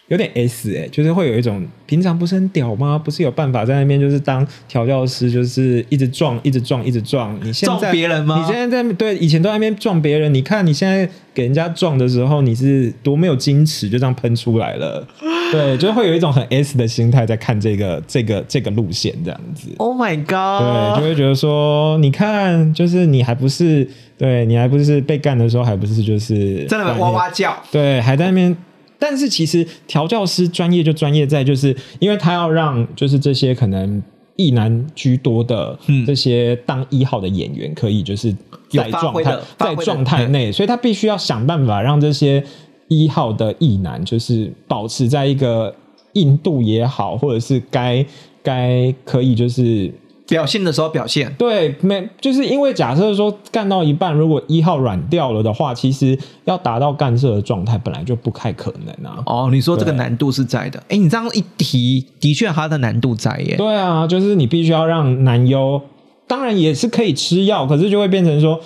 有点 S 哎、就是会有一种平常不是很屌吗？不是有办法在那边就是当调教师，就是一直撞，一直撞，一直撞。你现在撞别人吗你现在在对以前都在那边撞别人，你看你现在给人家撞的时候，你是多没有矜持，就这样喷出来 了。对，就会有一种很 S 的心态在看这个这个这个路线这样子。 ，Oh my 对，就 god！会觉得说，你看，就是你还不是对你还不是被干的时候，还不是就是在那边哇哇叫。对，还在那边。但是其实调教师专业就专业在，就是因为他要让就是这些可能异男居多的嗯这些当一号的演员，可以就是有在发状挥态的发在挥的状态内，所以他必须要想办法让这些一号的异男就是保持在一个硬度也好，或者是该该可以就是表现的时候表现，对，没就是因为假设说干到一半，如果一号软掉了的话，其实要达到干涉的状态本来就不太可能啊。哦，你说这个对难度是在的，哎，你这样一提，的确它的难度在耶。对啊，就是你必须要让男优，当然也是可以吃药，可是就会变成说。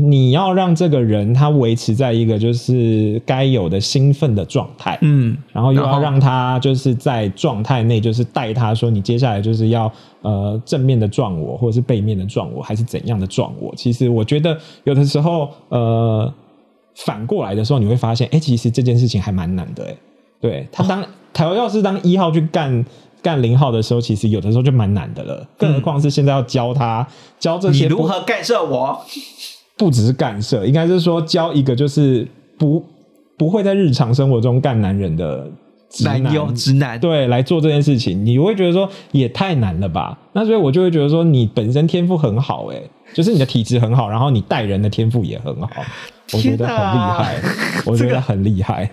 你要让这个人他维持在一个就是该有的兴奋的状态，嗯，然后又然要后让他就是在状态内，就是呃带他说你接下来就是要呃正面的撞我，或者是背面的撞我，还是怎样的撞我。其实我觉得有的时候呃反过来的时候，你会发现，哎、其实这件事情还蛮难的、诶对他啊当调教师当一号去干干零号的时候，其实有的时候就蛮难的了，更何况是现在要教他教这你些不如何干涉我？不只是干涉，应该是说教一个就是不不会在日常生活中干男人的直男男优直男，对来做这件事情，你会觉得说也太难了吧？那所以我就会觉得说你本身天赋很好、欸，就是你的体质很好，然后你带人的天赋也很好，我觉 天得很厉哪 害，我觉得很厉害。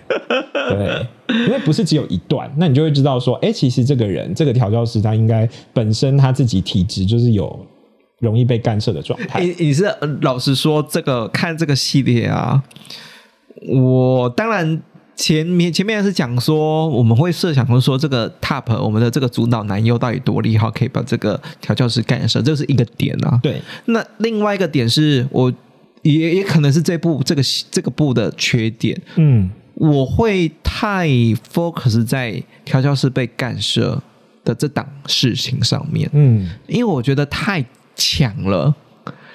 对，因为不是只有一段，那你就会知道说，哎、其实这个人这个调教师他应该本身他自己体质就是有容易被干涉的状态。你你是呃老实说，这个看这个系列啊，我当然前面前面是讲说，我们会设想说，说这个 top 我们的这个主导男优到底多厉害，可以把这个调教师干涉，这是一个点啊。对，那另外一个点是我也也可能是这部这个这个部的缺点，嗯。我会太 focus 在调教师被干涉的这档事情上面，嗯，因为我觉得太强了，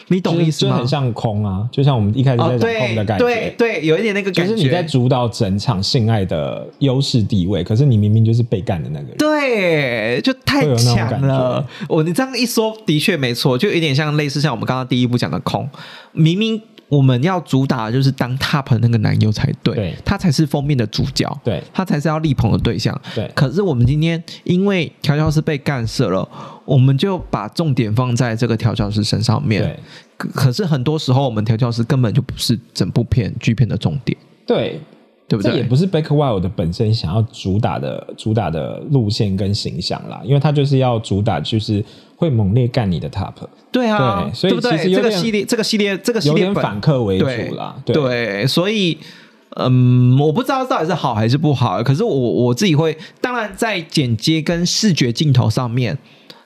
你懂就是意思就吗很？像空啊，就像我们一开始在哦，讲空对的感觉，对对，有一点那个就感觉。是你在主导整场性爱的优势地位，可是你明明就是被干的那个人。对，就太会有那种强感觉了。哦我你这样一说，的确没错，就有点像类似像我们刚刚第一部讲的空，明明我们要主打的就是当 top 的那个男优才对，对他才是封面的主角，对他才是要力捧的对象。对可是我们今天因为调教师被干涉了，我们就把重点放在这个调教师身上面对。可可是很多时候，我们调教师根本就不是整部片剧片的重点，对，对不这也对？不是 Back Wild 本身想要主打的主打的路线跟形象啦，因为它就是要主打就是会猛烈干你的 Top，对啊，对所以对不对其实有这个点系列，这个系列，这个系有列点本反客为对主啦。对对，所以嗯，我不知道到底是好还是不好，可是我我自己会，当然在剪接跟视觉镜头上面。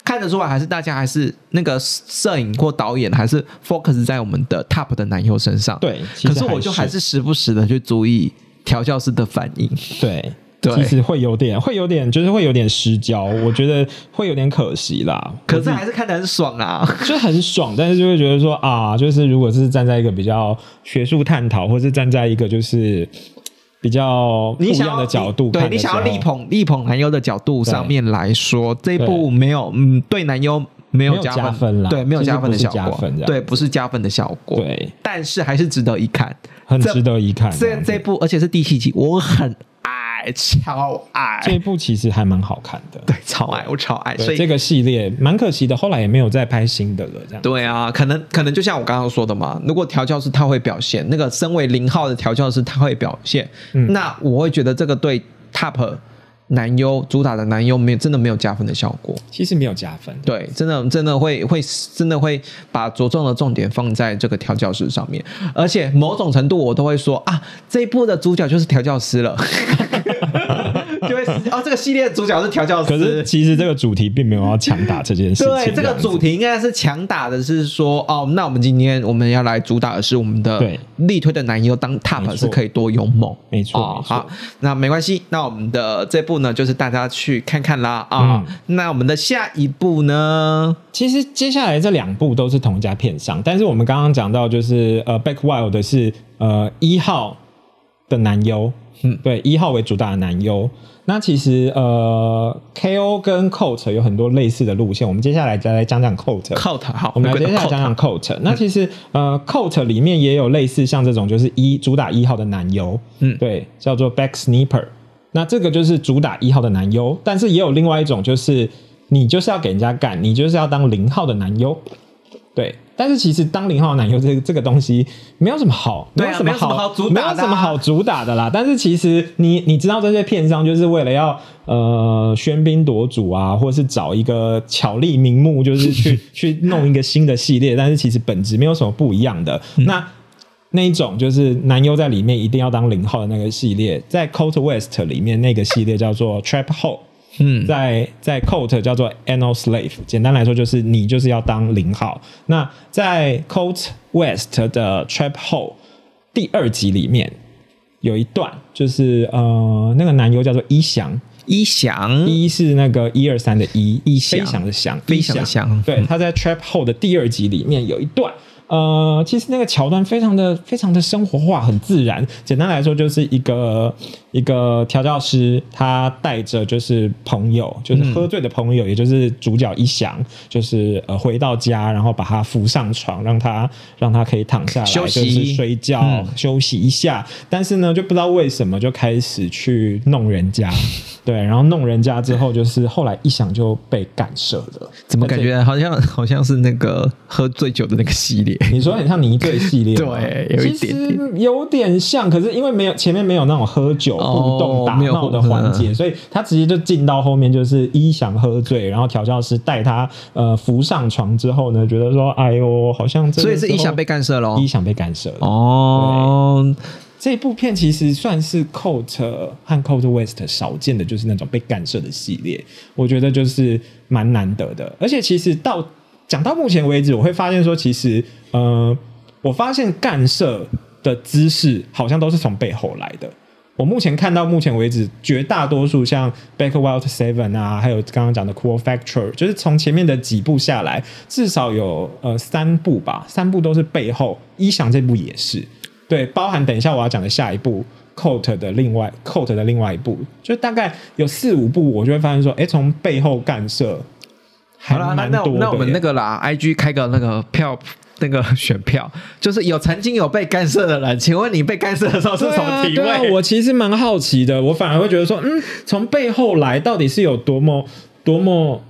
看得出来，还是大家还是那个摄影或导演还是 focus 在我们的 top 的男优身上。对其可实是我就还是时不时的去注意调教师的反应。对。对其实会有点，会有点，就是会有点失焦，我觉得会有点可惜啦。可是还是看得很爽啊！就很爽，但是就会觉得说啊，就是如果是站在一个比较学术探讨，或是站在一个就是比较不你一想样要的角度看对的你想要时候力捧力捧男优的角度上面来说，这一部对没有嗯对男优没有没有加加分啦对没有就是加分的不是效加果分这，样对不是加分的效果，，对，但是还是值得一看，很这值得一看啊。这这部而且是第七集，我很爱，超爱，这一部其实还蛮好看的，对超爱，我超爱，所对以这个系列蛮可惜的，后来也没有再拍新的了，这样。对啊，可能可能就像我刚刚说的嘛，如果调教师他会表现，那个身为零号的调教师他会表现，嗯那我会觉得这个对 top 男优主打的男优没有真的没有加分的效果。其实没有加分，对，真的真的会会真的会把着重的重点放在这个调教师上面，而且某种程度我都会说啊，这一部的主角就是调教师了， 就会哦，这个系列的主角是调教师，可是其实这个主题并没有要强打这件事情。对，这个样子主题应该是强打的是说，哦，那我们今天我们要来主打的是我们的对力推的男优当 top 没错是可以多勇猛，没错哦没错好，那没关系，那我们的这部呢，就是大家去看看啦啊、嗯那我们的下一部呢？其实接下来这两部都是同一家片商，但是我们刚刚讲到，就是呃，Back Wild 的是呃一号的男优，嗯嗯，对，一号为主打的男优。那其实呃，KO 跟 Colt 有很多类似的路线，我们接下来再来讲讲 Colt。 Cult 好，我们来回接归下到来 Cult 讲讲 Colt。那其实呃，Colt 里面也有类似像这种，就是一主打一号的男优，嗯对，叫做 Back Sniper。那这个就是主打一号的男优，但是也有另外一种，就是你就是要给人家干，你就是要当零号的男优，对。但是其实当零号的男优这个这个东西没有什么好，对啊有什么好，没有什么好主打的啊没有什么好主打的啦。但是其实你你知道这些片商就是为了要呃喧宾夺主啊，或者是找一个巧立名目，就是 去去弄一个新的系列，但是其实本质没有什么不一样的。嗯那那一种就是男优在里面一定要当零号的那个系列，在 Cold West 里面那个系列叫做 Trap Hole。嗯，在在 Colt 叫做 Anal Slave，简单来说就是你就是要当零号。那在 Colt West 的 Trap Hole 第二集里面有一段，就是呃那个男优叫做一翔，一翔，一是那个一二三的一，一翔飞翔的翔，飞翔的翔对，他在 Trap Hole 的第二集里面有一段。呃，其实那个桥段非常的非常的生活化，很自然。简单来说，就是一个一个调教师，他带着就是朋友，就是喝醉的朋友，也就是主角一翔，就是呃回到家，然后把他扶上床，让他让他可以躺下来，休息就是睡觉、嗯休息一下。但是呢，就不知道为什么就开始去弄人家，对，然后弄人家之后，就是后来一想就被干涉了。怎么感觉好像好像是那个喝醉酒的那个系列？你说很像泥醉系列吗， 对有一其点点实有点像，可是因为没有前面没有那种喝酒互哦动打没有嗯闹的环节，所以他直接就进到后面，就是一想喝醉，然后调教师带他呃扶上床之后呢，觉得说哎呦，好像这个所以是时一候翔被干涉喽一。想被干涉了。哦，这部片其实算是 Colt 和 Colt West 少见的，就是那种被干涉的系列，我觉得就是蛮难得的。而且其实到讲到目前为止，我会发现说，其实呃，我发现干涉的姿势好像都是从背后来的。我目前看到目前为止，绝大多数像 Back Wild Seven 啊，还有刚刚讲的 Cool Factor，就是从前面的几部下来，至少有呃三部吧，三部都是背后。一想这部也是，对，包含等一下我要讲的下一部 Coat 的另外 Coat 的另外一部，就大概有四五部，我就会发现说，哎，从背后干涉还好啦，那蛮那多的耶。那我们那个啦，IG 开个那个票那个选票，就是有曾经有被干涉的人，请问你被干涉的时候是对什么体位？啊对啊我其实蛮好奇的，我反而会觉得说，嗯，从背后来到底是有多么多么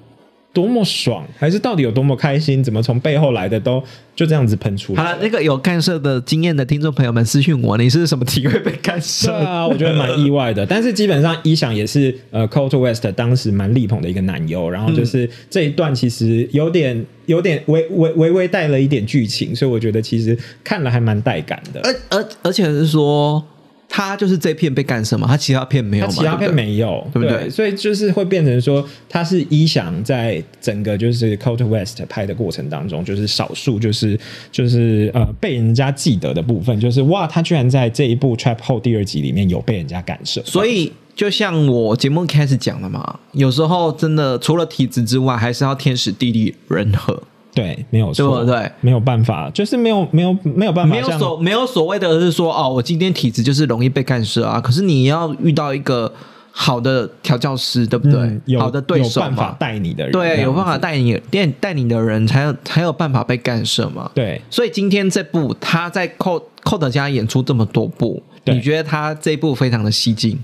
多么爽，还是到底有多么开心？怎么从背后来的都就这样子喷出好来？了，那个有干涉的经验的听众朋友们私讯我，你是什么体位被干涉？对啊，我觉得蛮意外呃的。但是基本上，一想也是呃 c o l t West 当时蛮力捧的一个男优，然后嗯就是这一段其实有点有点微微微微带了一点剧情，所以我觉得其实看了还蛮带感的。而而而且是说，他就是这片被干涉嘛，他其他片没有他嘛，其他对片不对没有，对不对所以就是会变成说，他是一想在整个就是 Cold West 拍的过程当中，就是少数就是就是呃被人家记得的部分，就是哇，他居然在这一部 Trap 后第二集里面有被人家感受，所以就像我节目开始讲的嘛，有时候真的除了体质之外，还是要天时地利人和，对，没有错，对不对没有办法，就是没有没有没有办法没有像所没有所谓的是说哦，我今天体质就是容易被干涉啊，可是你要遇到一个好的调教师，对不对？嗯有好的对手有办法嘛，带你的人，这对，样有办法子带你带带你的人才有才有办法被干涉嘛。对。所以今天这部他在寇寇德家演出这么多部，对你觉得他这一部非常的吸睛？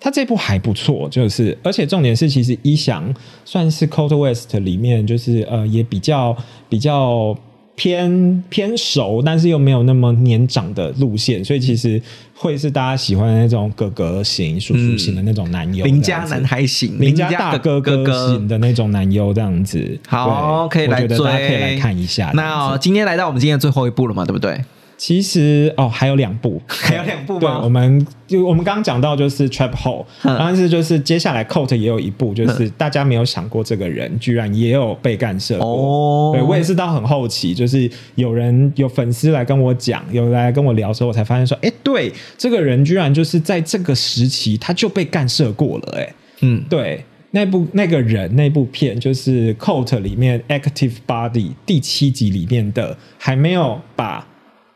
他这部还不错，就是而且重点是，其实一翔算是 Cold West 里面就是呃也比较比较偏偏熟，但是又没有那么年长的路线，所以其实会是大家喜欢的那种哥哥型、叔叔型的那种男优，邻家男、孩型，邻家大哥哥哥型的那种男优这样子。好，对可以来我追，觉得大家可以来看一下。那这样哦、子今天来到我们今天的最后一部了嘛，对不对？其实哦还有两部， 还有两部对，吗我们就我们刚刚讲到就是 Trap Hole，嗯但是就是接下来 Colt 也有一部，就是大家没有想过这个人居然也有被干涉过。哦，对，我也是到很后期，就是有人有粉丝来跟我讲，有来跟我聊的时候，我才发现说，哎、对，这个人居然就是在这个时期他就被干涉过了、诶哎，嗯，对，那部那个人那部片就是《Cult》里面《Active Body》第七集里面的，还没有把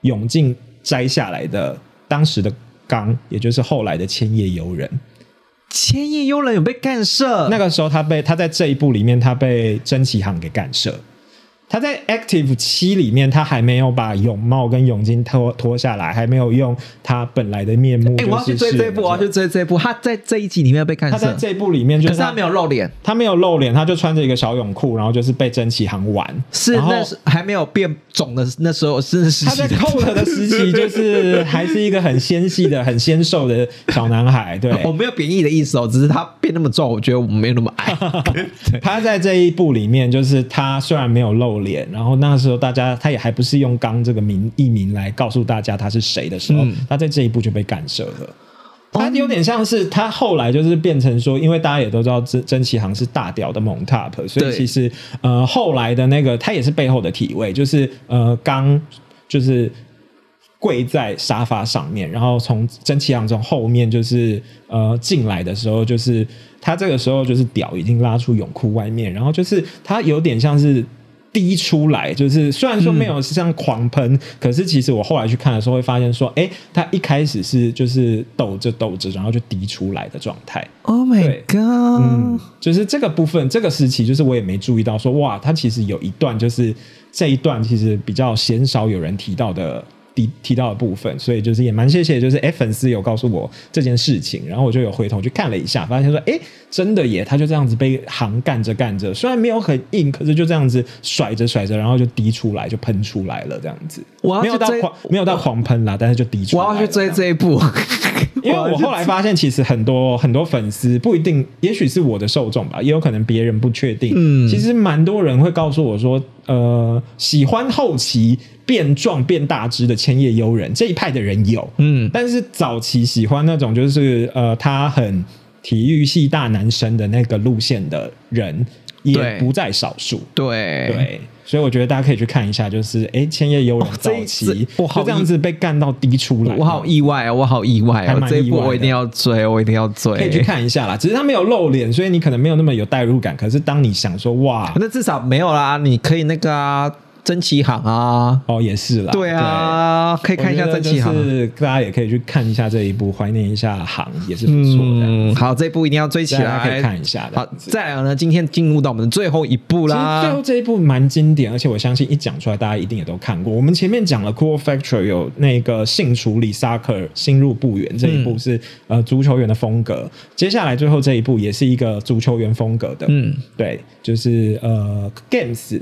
泳镜摘下来的当时的刚，也就是后来的千叶游人。嗯千叶幽人有被干涉，那个时候他被他在这一部里面他被真崎航给干涉。他在 Active 七里面，他还没有把泳帽跟泳巾脱脱下来，还没有用他本来的面目。哎、我要去就是追是这一部，我要去追这一部。他在这一集里面被干他在涉，这一部里面，就可是是他没有露脸，他没有露脸，他就穿着一个小泳裤，然后就是被真崎航玩。是然后那时还没有变肿的那时候，是时他期在的。 扣特的时期，就是还是一个很纤细的、很纤瘦的小男孩。 对，我没有贬义的意思哦，只是他变那么壮，我觉得我没有那么 矮。哦他在这一部里面，就是他虽然没有露脸，然后那时候大家他也还不是用“刚”这个名艺名来告诉大家他是谁的时候，嗯他在这一部就被干涉了。哦他有点像是他后来就是变成说，因为大家也都知道真真崎航是大屌的猛 top，所对以其实呃后来的那个他也是背后的体位，就是呃刚就是呃跪在沙发上面，然后从蒸汽航从后面就是呃进来的时候，就是他这个时候就是屌已经拉出泳裤外面，然后就是他有点像是。滴出来，就是虽然说没有像狂喷，可是其实我后来去看的时候会发现说，哎、他一开始是就是抖着抖着，然后就滴出来的状态。 Oh my 对 god！、嗯，就是这个部分，这个时期，就是我也没注意到说，哇，它其实有一段，就是这一段其实比较鲜少有人提到的。提提到的部分，所以就是也蛮谢谢，就是哎、粉丝有告诉我这件事情，然后我就有回头去看了一下，发现说哎、真的耶，他就这样子被行干着干着，虽然没有很硬，可是就这样子甩着甩着，然后就滴出来，就喷出来了，这样子。我要去没有到追狂没有到狂喷啦，但是就滴出我来了。要去追样这一部， 因为我后来发现，其实很多很多粉丝不一定，也许是我的受众吧，也有可能别人不确定。嗯其实蛮多人会告诉我说，呃，喜欢后期变壮变大只的千叶悠人这一派的人有，嗯但是早期喜欢那种就是呃，他很体育系大男生的那个路线的人对也不在少数。 对对，所以我觉得大家可以去看一下，就是哎，千叶悠人哦早这一期这我好就这意样子被干到滴出来，我好意外哦，我好意外还哦，蛮这一意部外我一定的要追，我一定要追。可以去看一下啦。只是他没有露脸，所以你可能没有那么有代入感。可是当你想说哇，那至少没有啦，你可以那个啊，真奇行啊，哦，也是啦，对啊，可以对，看一下我觉得真奇行。就是大家也可以去看一下这一部，怀念一下行也是不错的。嗯，好，这一部一定要追起大来，啊家可以看一下的好，再来呢，今天进入到我们的最后一部其实最后啦。这一部蛮经典，而且我相信一讲出来，大家一定也都看过。我们前面讲了《Cool Factor》有那个性处理萨克尔心入不远这嗯一部是、呃足球员的风格，接下来最后这一部也是一个足球员风格的，嗯，对，就是呃 Games，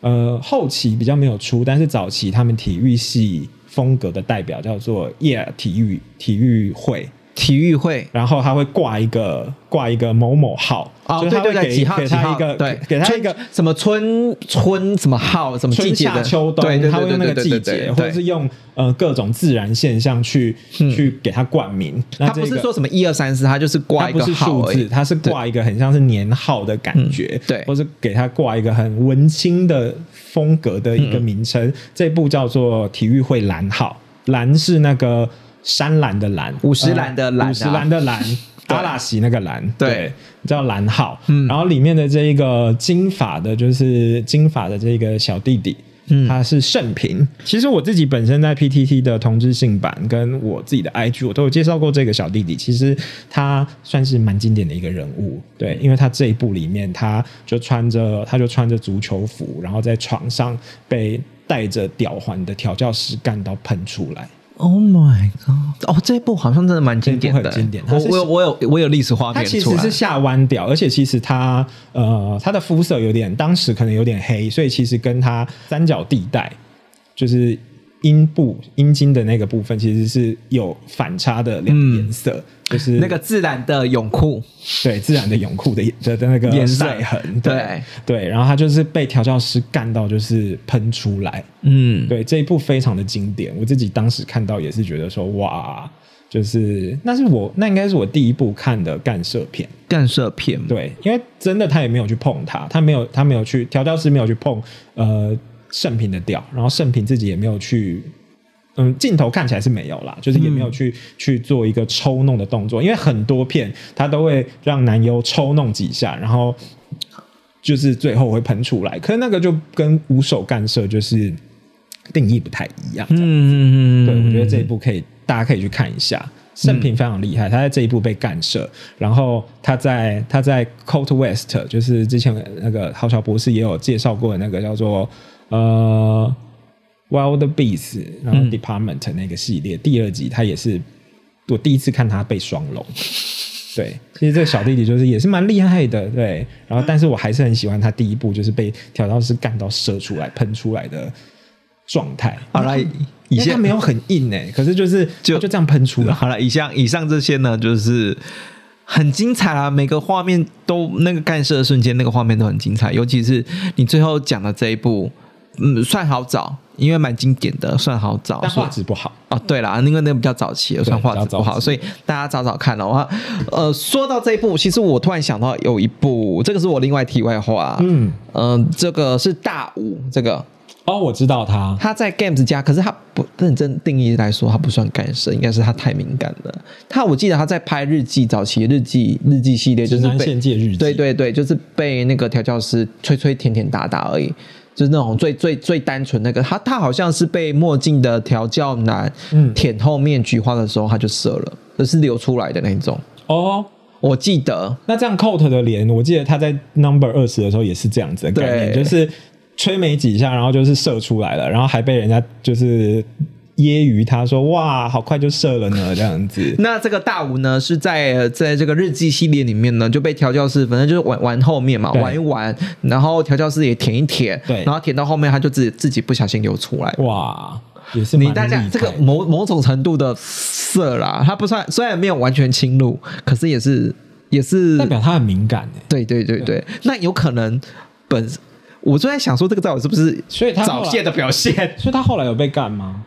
呃后期比较没有出，但是早期他们体育系风格的代表叫做夜体育体育会，体育会然后他会挂一个挂一个某某号，哦，就是对对他会对，给几号给几他号一个对，给他一春个。什么春春什么号什么季春节夏的秋冬，对对对他会用那对个对季对节，对或者是用呃各种自然现象去去给它冠名。那他这不是个说什么一二三四，他就是挂它一不个是号数而字，已。它是挂一个很像是年号的感觉，嗯对或者给它挂一个很文青的风格的一个名称。嗯这部叫做体育会蓝号，蓝是那个山蓝的蓝，呃五十岚的岚啊五十岚的蓝，阿拉西那个蓝，对对，叫蓝号。嗯然后里面的这一个金发的，就是金发的这个小弟弟。嗯他是盛平。其实我自己本身在 PTT 的同志性版跟我自己的 IG，我都有介绍过这个小弟弟。其实他算是蛮经典的一个人物，对，因为他这一部里面，他就穿着他就穿着足球服，然后在床上被带着吊环的调教师干到喷出来。 Oh my god！哦，这一部好像真的蛮经典的，这一部很经典它我是我有我有我有历史画他面其出实来是。下弯掉，而且其实他呃他的肤色有点，当时可能有点黑，所以其实跟他三角地带就是阴部阴茎的那个部分其实是有反差的两个颜色，就嗯是那个自然的泳裤，对自然的泳裤的的的那个颜色晒痕，对对，然后他就是被调教师干到就是喷出来，嗯，对这一部非常的经典，我自己当时看到也是觉得说哇，就是那是我那应该是我第一部看的干涉片。干涉片，对，因为真的他也没有去碰它，他没有他没有去调教师没有去碰呃盛平的调，然后盛平自己也没有去。嗯，镜头看起来是没有啦，就是也没有去、去做一个抽弄的动作，因为很多片他都会让男优抽弄几下，然后就是最后会喷出来，可是那个就跟无手干涉就是定义不太一样。嗯，嗯嗯嗯对，我觉得这一部可以，大家可以去看一下。盛平非常厉害，他在这一部被干涉，然后他在他在 Cold West，就是之前那个郝小博士也有介绍过的那个叫做呃 Wild Beast，然后 Department 那个系列、第二集，他也是我第一次看他被双龙。对，其实这个小弟弟就是也是蛮厉害的，对。然后，但是我还是很喜欢他第一部就是被调教师干到射出来、喷出来的状态。好啦，以以前下它没有很硬诶、可是就是欸就就就这样喷出来。好了，以上以上这些呢，就是很精彩啊，每个画面都那个干涉的瞬间，那个画面都很精彩，尤其是你最后讲的这一部，嗯，算好找，因为蛮经典的，算好找，但所以画质不好，哦，对啦，因为那个比较早期，算画质不比较好，早期所以大家找找看哦。啊呃，说到这一部，其实我突然想到有一部，这个是我另外题外话，嗯嗯嗯、这个是大五，这个哦，我知道它，他在 Games 家，可是他不认真定义来说，他不算干涉，应该是他太敏感了。他我记得他在拍日记，早期日记日记系列就直是男被限界日记，对对对，就是被那个调教师吹吹舔舔打打而已，就是那种最最最单纯那个。他他好像是被墨镜的调教男嗯舔后面菊花的时候，他就射了，就是流出来的那种。哦。我记得，那这样 Coat 的脸，我记得他在 Number 二十的时候也是这样子的概念，对就是吹没几下，然后就是射出来了，然后还被人家就是揶揄他说哇，好快就射了呢这 样子。那这个大吴呢，是在呃在这个日记系列里面呢，就被调教师，反正就是玩玩后面嘛，对玩一玩，然后调教师也舔一舔，对然后舔到后面他就自己自己不小心流出来。哇，也是你蛮大家厉害这个嗯某某种程度的色啦，它不算，虽然没有完全侵入，可是也是也是代表他很敏感诶、对对对对，那有可能本我就在想说，这个到底是不是所以他后早来泄的表现？所以他后来有被干吗？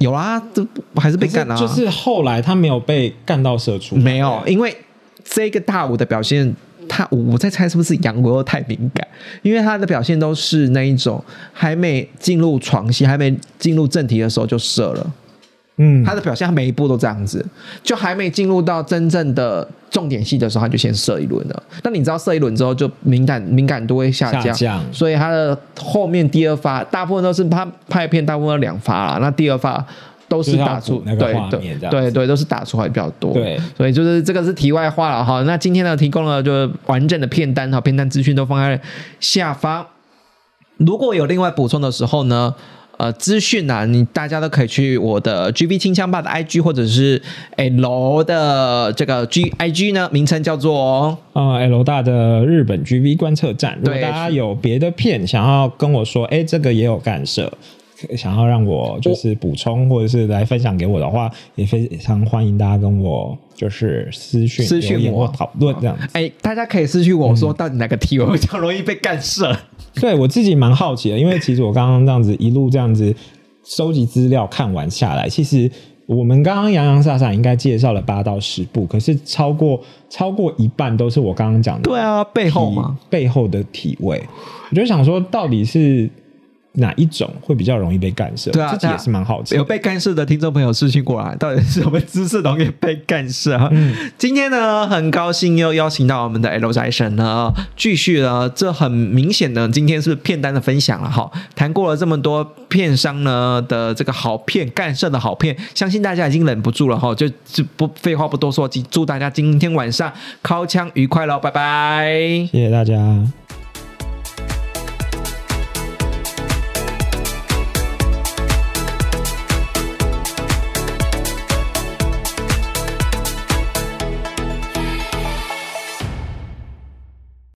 有啊，这还是被干了、啊，就是后来他没有被干到射出来，没有，因为这个大五的表现，他我我在猜是不是杨国又太敏感，因为他的表现都是那一种还没进入床戏、还没进入正题的时候就射了。嗯，他的表现，他每一步都这样子，就还没进入到真正的重点戏的时候，他就先射一轮了。那你知道射一轮之后，就敏感敏感度会下降，下降所以他的后面第二发大部分都是他拍片，大部分都两发啦，那第二发都是打出就是要补那个画对面这对样子对对，都是打出来比较多。对，所以就是这个是题外话了哈。那今天呢，提供了就完整的片单哈，片单资讯都放在下方。如果有另外补充的时候呢，呃，资讯啊，你大家都可以去我的 GB 清枪吧的 IG 或者是 L 的这个 G IG 呢，名称叫做呃，L 大的日本 GV 观测站，如果对大家有别的片想要跟我说，哎、这个也有干涉，想要让我就是补充或者是来分享给我的话，也非常欢迎大家跟我就是私讯私讯留言我或讨论这样子。哎，大家可以私信我说到底哪个题 我比较容易被干涉。 对我自己蛮好奇的，因为其实我刚刚这样子一路这样子收集资料看完下来，其实我们刚刚洋洋洒洒应该介绍了八到十部，可是超过超过一半都是我刚刚讲的 对啊，背后嘛，背后的体味，我就想说，到底是哪一种会比较容易被干涉？对啊自己也是蛮好奇有的。被干涉的听众朋友私信过来，到底是什么姿势容易被干涉啊？今天呢，很高兴又邀请到我们的 L 宅神呢，继续呢，这很明显呢，今天是片单的分享了哈，谈过了这么多片商呢的这个好片，干涉的好片，相信大家已经忍不住了哈，就就不废话不多说，祝大家今天晚上敲枪愉快喽，拜拜。谢谢大家。